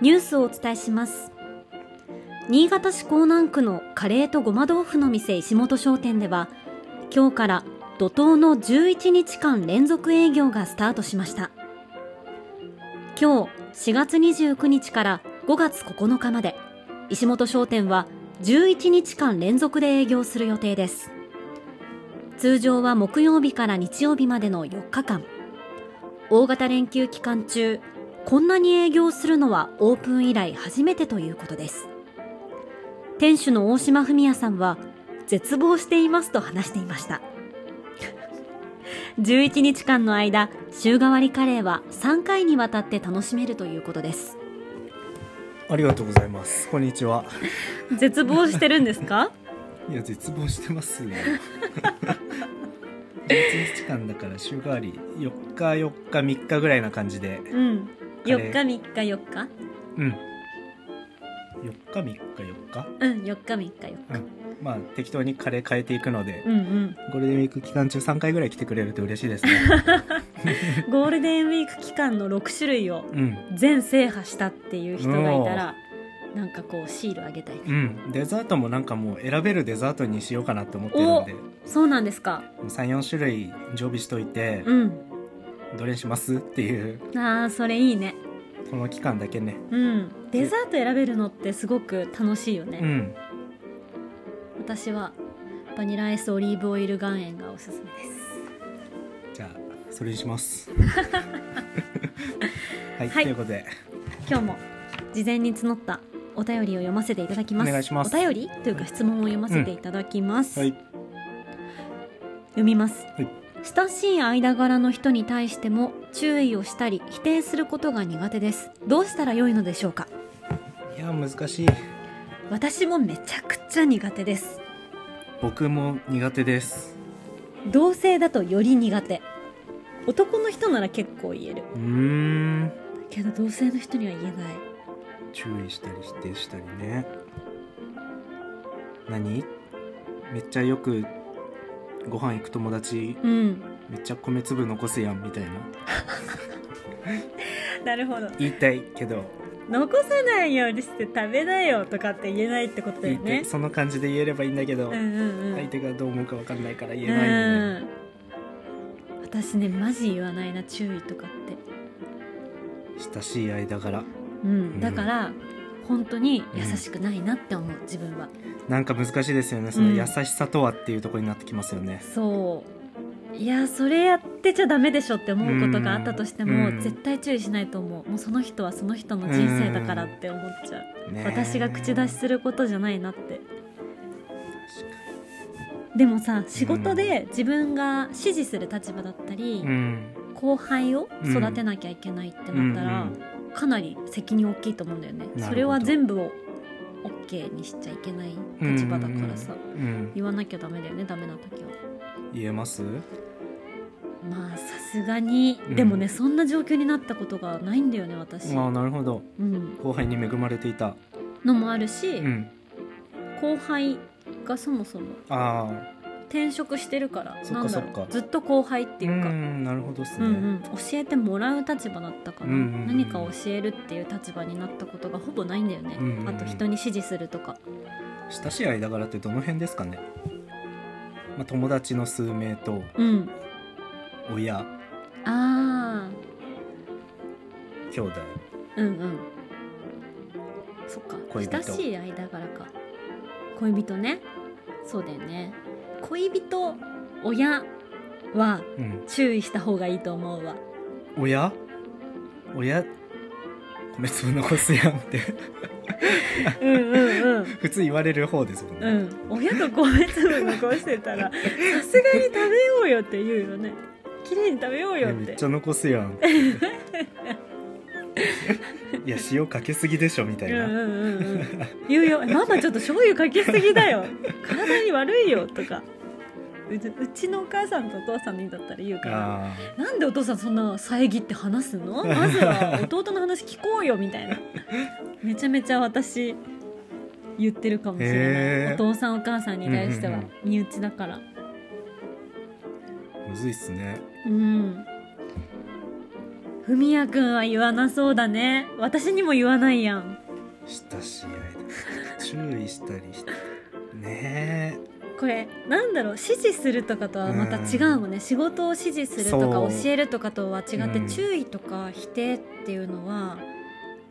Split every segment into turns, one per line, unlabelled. ニュースをお伝えします新潟市江南区のカレーとごま豆腐の店石本商店では今日から怒涛の11日間連続営業がスタートしました今日4月29日から5月9日まで石本商店は11日間連続で営業する予定です通常は木曜日から日曜日までの4日間大型連休期間中こんなに営業するのはオープン以来初めてということです店主の大島文也さんは絶望していますと話していました 11日間の間週替わりカレーは3回にわたって楽しめるということです
ありがとうございます。こんにちは。
絶望してるんです か
いや、絶望してます ね。11日間だから週替わり4日4日3日ぐらいな感じで
うん
カレー
4日3日4日
うん4日3日4日
うん4日3日4日
まあ適当にカレー変えていくので
うんうん
ゴールデンウィーク期間中3回ぐらい来てくれると嬉しいですね
ゴールデンウィーク期間の6種類を
うん
全制覇したっていう人がいたらなんかこうシールあげたいね
うんデザートもなんかもう選べるデザートにしようかなって思ってるんで
そうなんですか
34種類常備しといて
うん
どれにしますっていう
あーそれいいね
この期間だけね
うんデザート選べるのってすごく楽しいよ
う
ね、
ん
私はバニラアイスオリーブオイル岩塩がおすすめです
じゃあそれに します。はい、
はい
ということで、
今日も事前に募ったお便りを読ませていただきます
お願いしま
お
す
便りというか質問を読ませていただきます、
はい、
読みます、
い
親しい間柄の人に対しても注意をしたり否定することが苦手ですどうしたら良いのでしょうか
いや難しい。
私もめちゃくちゃ苦手です
僕も苦手です。
同性だとより苦手男の人なら結構言える
うーん、
けど同性の人には言えない
注意したり否定したりね。何？めっちゃよくご飯行く友達
うん
めっちゃ米粒残すやんみたいな
なるほど
言いたいけど、
残さないようにして食べなよとかって言えないってことだよ
言い
ね
たいその感じで言えればいいんだけど、
うんうんうん
相手がどう思うかわかんないから言えないよね。
うん私ねマジ言わないな注意とかって
親しい間柄
うん、
ん
だから、本当に優しくないなって思う、自分は
なんか難しいですよねそ
う
の
ん
優しさとはっていうところになってきますよね、
そういやそれやってちゃダメでしょって思うことがあったとしても、
うん
絶対注意しないと思うもうその人はその人の人生だからって思っちゃう、
ね
私が口出しすることじゃないなってでもさ仕事で自分が指示する立場だったり、
うん
後輩を育てなきゃいけないってなったら、
うん
かなり責任大きいと思うんだよね
ほど
それは全部を OK にしちゃいけない立場だからさ、
うんうん
言わなきゃダメだよねダメな時は
言えます
まあさすがに、
うん
でもねそんな状況になったことがないんだよね私、
ああなるほど
うん、
後輩に恵まれていた、
のもあるし、
うん、
後輩がそもそも
ああ
転職してるから
そ
な
っか
んだ
そ
ろ
っ
う
か
ずっと後輩っていうか、
んなるほどっす
う
ね、
んうん、教えてもらう立場だったから、
うんうんうん
何かを教えるっていう立場になったことがほぼないんだよね、
うんうんうん
あと人に指示するとか
親しい間柄ってどの辺ですかね、まあ、友達の数名と
うん
親
あ
兄弟
ーうんうんそっか
恋人
親しい間柄か恋人ねそうだよね恋人親は
うん
注意した方がいいと思うわ
親親米粒残すやんって
うんうんうん
普通言われる方ですもんね、
うん、親が米粒残してたらさすがに食べようよって言うよね綺麗に食べようよ
え
っ
め
て
っちゃ残すや んいや塩かけすぎでしょみたいな、
うんうんうんうん、言うよ「えママちょっと醤油かけすぎだよ体に悪いよ」とかうちうちのお母さんとお父さんの家だったら言うから
あ
「なんでお父さんそんな遮って話す のまずは弟の話聞こうよ」みたいなめちゃめちゃ私言ってるかもしれない、
へー
お父さんお母さんに対して
うん
は
うん
身内だから
ーむずいっすね
うんふみやくんは言わなそうだね私にも言わないやん
親しい間注意したりしてね
これなんだろう指示するとかとはまた違うもんね、仕事を指示するとか
そう
教えるとかとは違って、
うん
注意とか否定っていうのは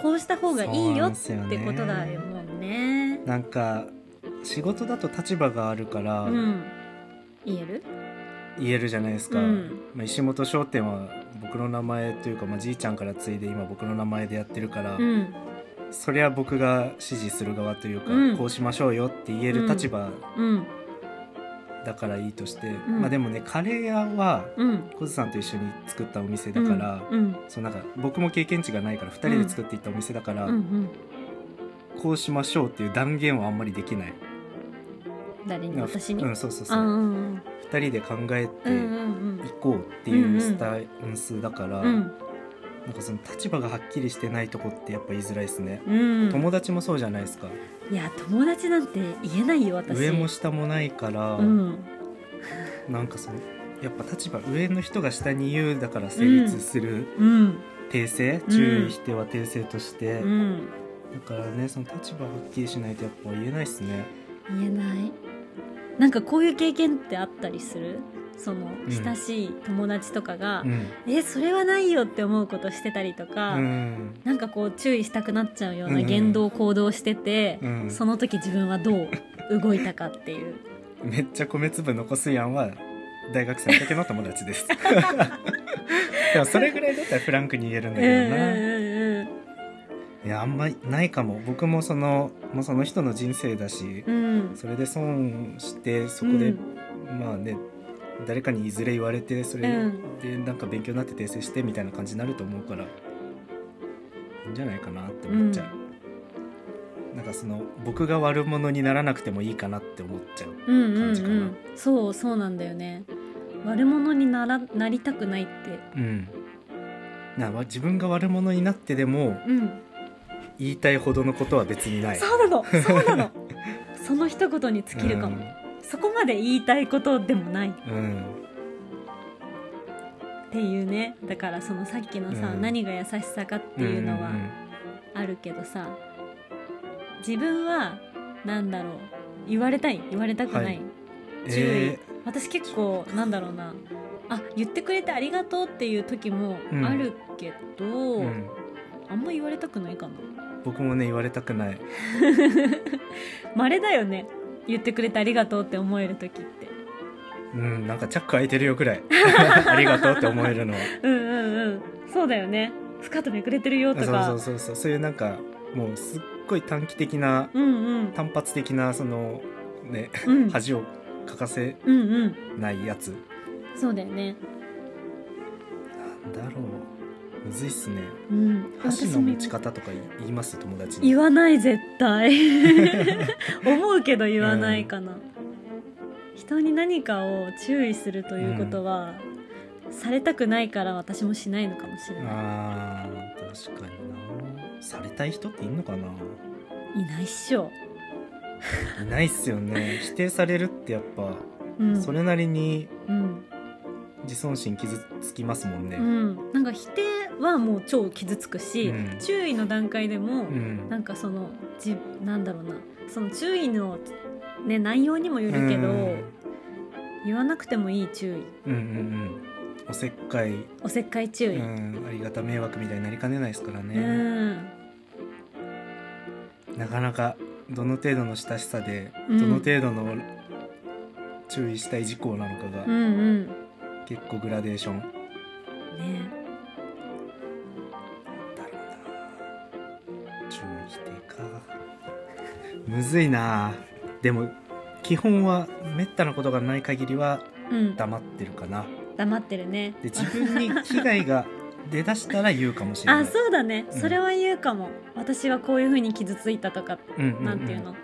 こうした
え
方がいいよって
そうなんす
ことだ
ね
もんね
なんか仕事だと立場があるから
うん言える
言えるじゃないですか、
うん
まあ、石本商店は僕の名前というか、まあ、じいちゃんから継いで今僕の名前でやってるから、
うん
そりゃ僕が指示する側というか、
うん
こうしましょうよって言える立場
うん
だからいいとして、
ん
まあ、でもねカレー屋は
うん
コズさんと一緒に作ったお店だから、
うん
そうなんか僕も経験値がないから2人で作っていったお店だから、
うんうん
こうしましょうっていう断言はあんまりできない。
誰に
なんか
私に、
うん、そうそう
あ
そうう、
ん
二2人で考え
うんうん
て
うん
いこうってい
んうん
うスタンスだから、
うん
なんかその立場がはっきりしてないとこってやっぱ言いづらいですね、
うんうん
友達もそうじゃないですか
いや友達なんて言えないよ私
上も下もないから、
うん
なんかそのやっぱ立場上の人が下に言うだから成立する
うん
訂正、
うん
注意しては訂正として、
うん
だからねその立場はっきりしないとやっぱ言えないですね
言えないなんかこういう経験ってあったりするその
ん
親しい友達とかが、
うん、
えそれはないよって思うことしてたりとか、
うん
なんかこう注意したくなっちゃうよう
うん
な
うん
言動行動してて、
うん
その時自分はどう動いたかっていう
めっちゃ米粒残すやんは大学生の時の友達で すでもそれぐらいだったらフランクに言えるん
う
だ
んう
け
ん
どな、
うん
いやあんまりないかも僕もそのもうその人の人生だし、
うん
それで損してそこで、
うん
まあね誰かにいずれ言われてそれ
うん
でなんか勉強になって訂正してみたいな感じになると思うからいいんじゃないかなって思っちゃう、なんかその僕が悪者にならなくてもいいかなって思っちゃう
うんうん
感じかな
うんそうそうなんだよね悪者にならなりたくないって
うんなわ自分が悪者になってでも
うん
言いたいほどのことは別にない
そうなのそうなの その一言に尽きるかも、そこまで言いたいことでもないっ
うん、うん
ていうねだからそのさっきのさ、
うん
何が優しさかっていうの
んん
はあるけどさ、自分はなんだろう言われたい言われたくない、
はいうん
注意、
え
私結構なんだろうなあ言ってくれてありがとうっていう時も
うん
あるけど、
ーうん
あんま言われたくないかな
僕もね言われたくない
稀だよね言ってくれてありがとうって思える時って
うんなんかチャック開いてるよくらい ありがとうって思える のは
うんうんうんそうだよねスカートめくれてるよとか
そうそうそうそうそういうなんかもうすっごい短期的な
うんうん
単発的なその ね
うん
恥をかかせ
うんうん
ないやつ
そうだよね
なんだろうむずいっすね
うん
箸
私
の
も
持ち方とか言います友達に
言わない絶対 思うけど言わないかな、人に何かを注意するということは、されたくないから私もしないのかもしれな
あー確かになされたい人っていんのかない
いないっしょ、
いないっすよ ね否定されるってやっぱ、
うん、
それなりに
うん、
自尊心傷つきますもんね
う、ん、なんか否定はもう超傷つくし、
うん
注意の段階でも、
うん
なんかそのじなんだろうなその注意の、ね、内容にもよるけど、
うん
言わなくてもいい注意
うんうんうんおせっかい、
おせっかい注意、
う
うん
ん、ありがた迷惑みたいになりかねないですから
う
ね、
ん
なかなかどの程度の親しさで、
うん
どの程度の注意したい事項なのかが、
うんうんね
結構グラデーションだろうな注意してかむずいなでも基本はめったなことがない限りは
うん
黙ってるかな
黙ってるね
で自分に危害 が出だしたら言うかもしれない
あそうだね、
うん
それは言うかも私はこういうふうに傷ついたとか、
うんうんうん
なんていうの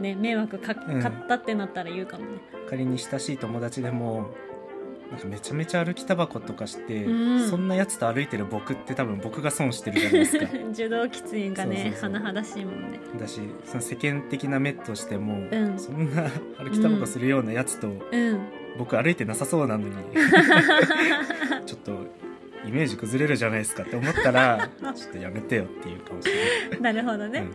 ね迷惑か
うん
かったってなったら言うかもね
仮に親しい友達でもなんかめちゃめちゃ歩きタバコとかして、
うん
そんなやつと歩いてる僕って多分僕が損してるじゃないで すか
受動喫煙がね
そうそうそう
甚だしいもんね
だしその世間的な目としても、
うん
そんな歩きタバコするようなやつと、
うん
僕歩いてなさそうなのにちょっとイメージ崩れるじゃないですかって思っ たらちょっとやめてよっていうかもしれ
なるほどね、
ない、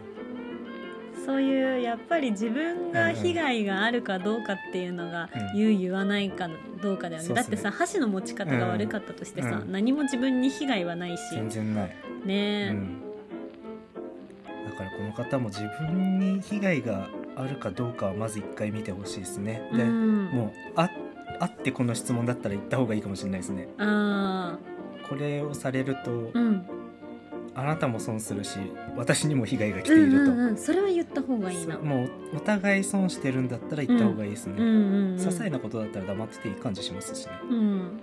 そういうやっぱり自分が被害があるかどうかっていうのが
うん
言う言わないかどうかだよね,、
そうっ
だ
すね
ってさ箸の持ち方が悪かったとしてさ、
うん
何も自分に被害はないし
うん、全然ない、
ねえ、
うん、だからこの方も自分に被害があるかどうかはまず一回見てほしいですねで、
うん
もうああってこの質問だったら言った方がいいかもしれないですね
あ
これをされると、
ーうん
あなたも損するし私にも被害が来
う
てい
ん
る
う
と、
んうんそれは言った方がいいな
そうもうお互い損してるんだったら言った方がいいですね、
うんうんうん
些細なことだったら黙ってていい感じしますしね
うん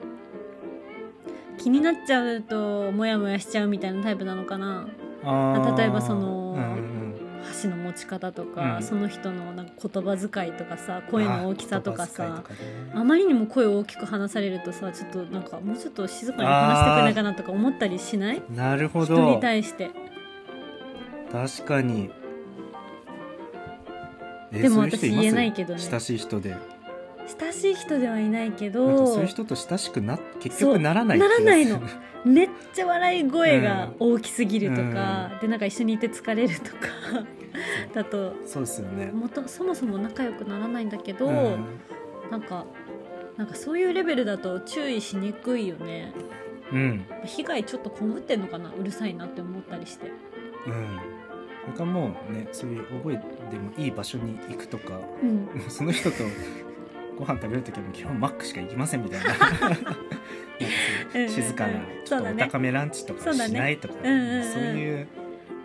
気になっちゃうとモヤモヤしちゃうみたいなタイプなのかな
あー
例えばその
うんうん
箸の持ち方とか、
うん
その人のなんか言葉遣いとかさ声の大きさとかさ
あ言葉遣いとかね
あまりにも声を大きく話されるとさちょっとなんかもうちょっと静かに話してくれないかなとか思ったりしない
なるほ
人
ど
に対して
確かにえ
でも
そうう人
私
ます
言えないけどね
親しい人でなんか
親しい人ではいないけ
そういう
ど
人と親しくな結
そう
局ならない
ならない
気が
の
する
めっちゃ笑い声が大きすぎるとか、でなんか一緒にいて疲れるとかだと
そうですよね
もとそもそも仲良くならないんだけど、
うん
なんかなんかそういうレベルだと注意しにくいよね
うん
被害ちょっと被ってんのかなうるさいなって思ったりして
うんなんかもうねそういう覚えてもいい場所に行くとか
うん
もうその人とご飯食べる時はもう基本マックしか行きませんみたいななんかそういう静かな
うんうんうん
ち
そう
ょっと
だ
お
ね
高めランチと
そ
か
うだね
しないとか
うんうんうん
そういう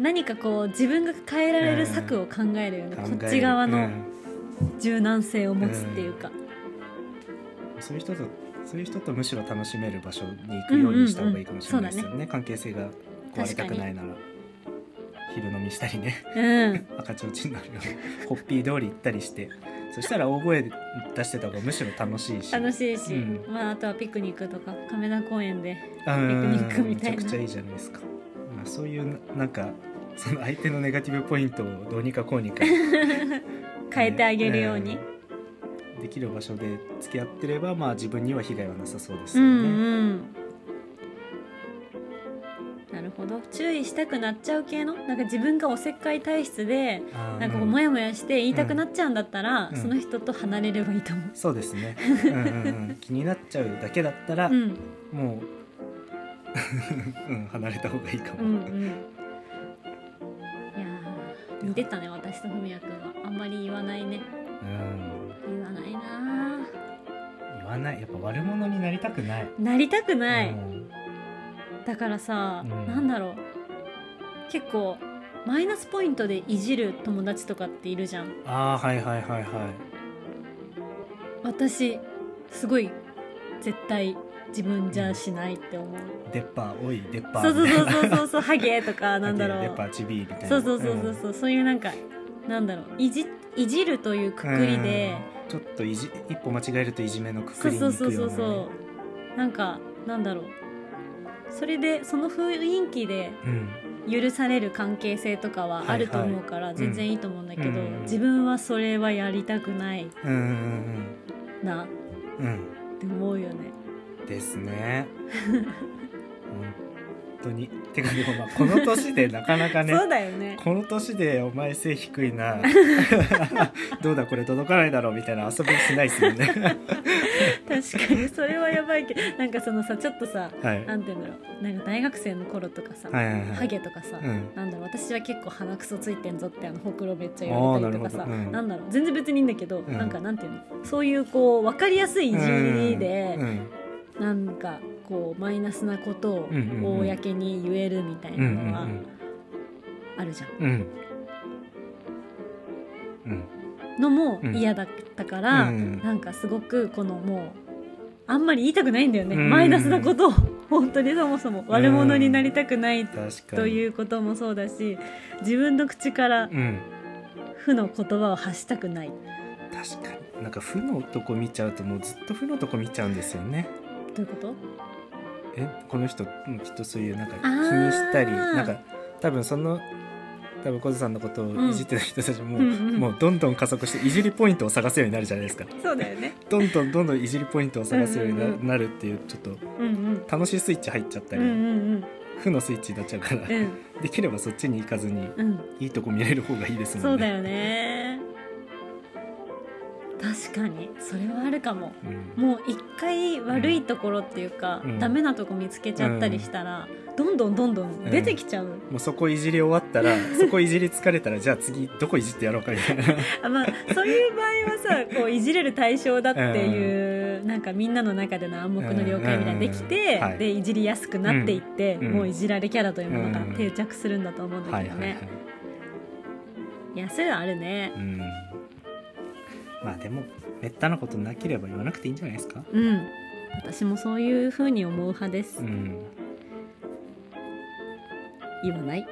何かこう自分が変えられる策を考えるよね、
考え
こっち側
う
の
ん
柔軟性を持つっていうか、
そういう人とそういう人とむしろ楽しめる場所に行くようにした方がいいかもしれないですよね,、
う
関係性が壊れたくないなら昼飲みしたりね
うん
赤ちょうちんになるようなホッピー通り行ったりしてそしたら大声出してた方がむしろ楽しいし
楽しいし、
う
まあ、あとはピクニックとか亀田公園で
うん
ピクニックみたいな
めちゃくちゃいいじゃないですか、まあ、そういうななんかその相手のネガティブポイントをどうにかこうにか
変えてあげるように、
ねうんできる場所で付き合ってればまあ自分には被害はなさそうです
う
よ
ん
ね、
うんなるほど注意したくなっちゃう系のなんか自分がおせっかい体質で
あー
なんかこ
う
うモヤモヤして言いたくなっちゃうんだったら、
うん
その人と離れればいいと思う。
そうですね、うんうん うん、気になっちゃうだけだったら、
うん
も ううん離れた方がいいかも、
うんうん、いやー似てたね私とふみやくんはあんまり言わないね
うん
言わないな
言わないやっぱ悪者になりたくない、
ーなりたくない、
うん
だからさ、
うん
なんだろう結構マイナスポイントでいじる友達とかっているじゃん
ああはいはいはいはい
私すごい絶対自分じゃしないって思う、
出っ歯おい出っ歯
そうそうそう
みたい
そうそうそうハゲと かなんだろ
出っ
う
歯チビみたいな
そうそうそうそうそうそういうなんかなんだろういじいじるというく
うん
くりで、
うんちょっといじ一歩間違えるといじめのく
そ
く
う
りに
そう
行
そう
く
そ
よう
う
な
そ
ね
うなんかなんだろうそれでその雰囲気で
うん
許される関係性とかはあると思うから
い
全然いいと思うんだけど、
うん
自分はそれはやりたくない
うんうん
なっ
うんうん
て思うよね
うんです ね本当にてかでもまあこの年でなかなかね
そうだよね
この年でお前背低い などうだこれ届かないだろうみたいな遊びしないですよね
確かにそれはやばいけどなんかそのさちょっとさ
はい
なんて言うんだろうなんか大学生の頃とかさ、
はいはいはい
ハゲとかさ、
うん
なんだろう私は結構鼻くそついてんぞってあのほくろめっちゃ言われたりとかさ
あー
な,、
なるほどうん
ん、だろう全然別にいいんだけど、
ん
なんかなんていうのそういうこう分かりやすいいじりで
う、ん
なんかこうマイナスなことを
うんうんうん
公に言えるみたい
うんう
なんのはあるじゃん。
うんうんうん
のも
うん
嫌だったから、
うん
なんかすごくこのもうあんまり言いたくないんだよね、
うん
マイナスなことを 本当にそもそも悪者になりたくない
確かに
ということもそうだし自分の口から
うん
負の言葉を発したくない
確かになんか負のとこ見ちゃうともうずっと負のとこ見ちゃうんですよね
どういうこと
えこの人うんきっとそういうなんか気
あー
にしたりなんか多分その多分小津さんのこと
う
を
ん
いじってた人たちも、
うんうん
もうどんどん加速していじりポイントを探すようになるじゃないですか
そうだよね
どんどんどんどんいじりポイントを探すようにな,、
うんうんうん
なるっていうちょっと
うんうん
楽しいスイッチ入っちゃった
う
り、
んうん
負のスイッチになっちゃうから、
うんうん
できればそっちに行かずに
うん
いいとこ見れる方がいいです
そ
も
うん
ね
だよね確かにそれはあるかも
うん
もう一回悪いところっていうか、
うん
ダメなとこ見つけちゃったりしたら、どんどんどんどん出てきちゃう、
もうそこいじり終わ ったらそこいじり疲れたらじゃあ次どこいじってやろうかみたいな
あまあ、 そういう場合はさこういじれる対象だっていう、なんかみんなの中での暗黙の了解みたいなのできて、
うんはい
でいじりやすくなっていって、
うん
もういじられキャラというものが
うん
定着するんだと思うんだ
は
け
い
ど
はい
ね、
はい
い、やそれはあるね
うんまあでもめったなことなければ言わなくていいんじゃないですか
うん私もそういうふうに思う派です、
うん、
言わない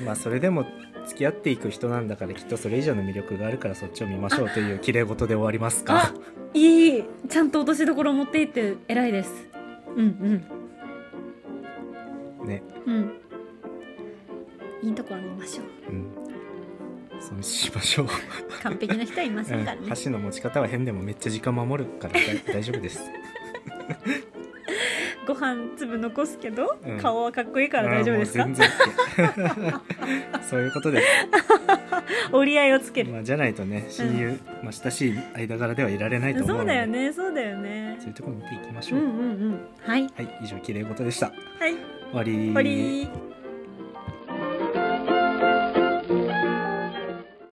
うんまあそれでも付き合っていく人なんだからきっとそれ以上の魅力があるからそっちを見ましょうという綺麗事で終わりますか
あいいちゃんと落としどころを持っていって偉いですうん
ね、
うんうんいいところ見ましょう
うん、そうしま しょう
完璧な人はいませんから
う
ね
ん、箸の持ち方は変でもめっちゃ時間守るから大大丈夫です
ご飯粒残すけど、
うん
顔はかっこいいから大丈夫ですか
あーもう全然 OK そういうことで、
折り合いをつける、
まあ、じゃないとね親友、まあ、親しい間柄ではいられないと思う
そ
の
う
で
だよねそうだよね
そういうところ見ていきまし
う
ょ
ん
う、
うんうんはい
はい以上綺麗事でした
はい
終わり
折り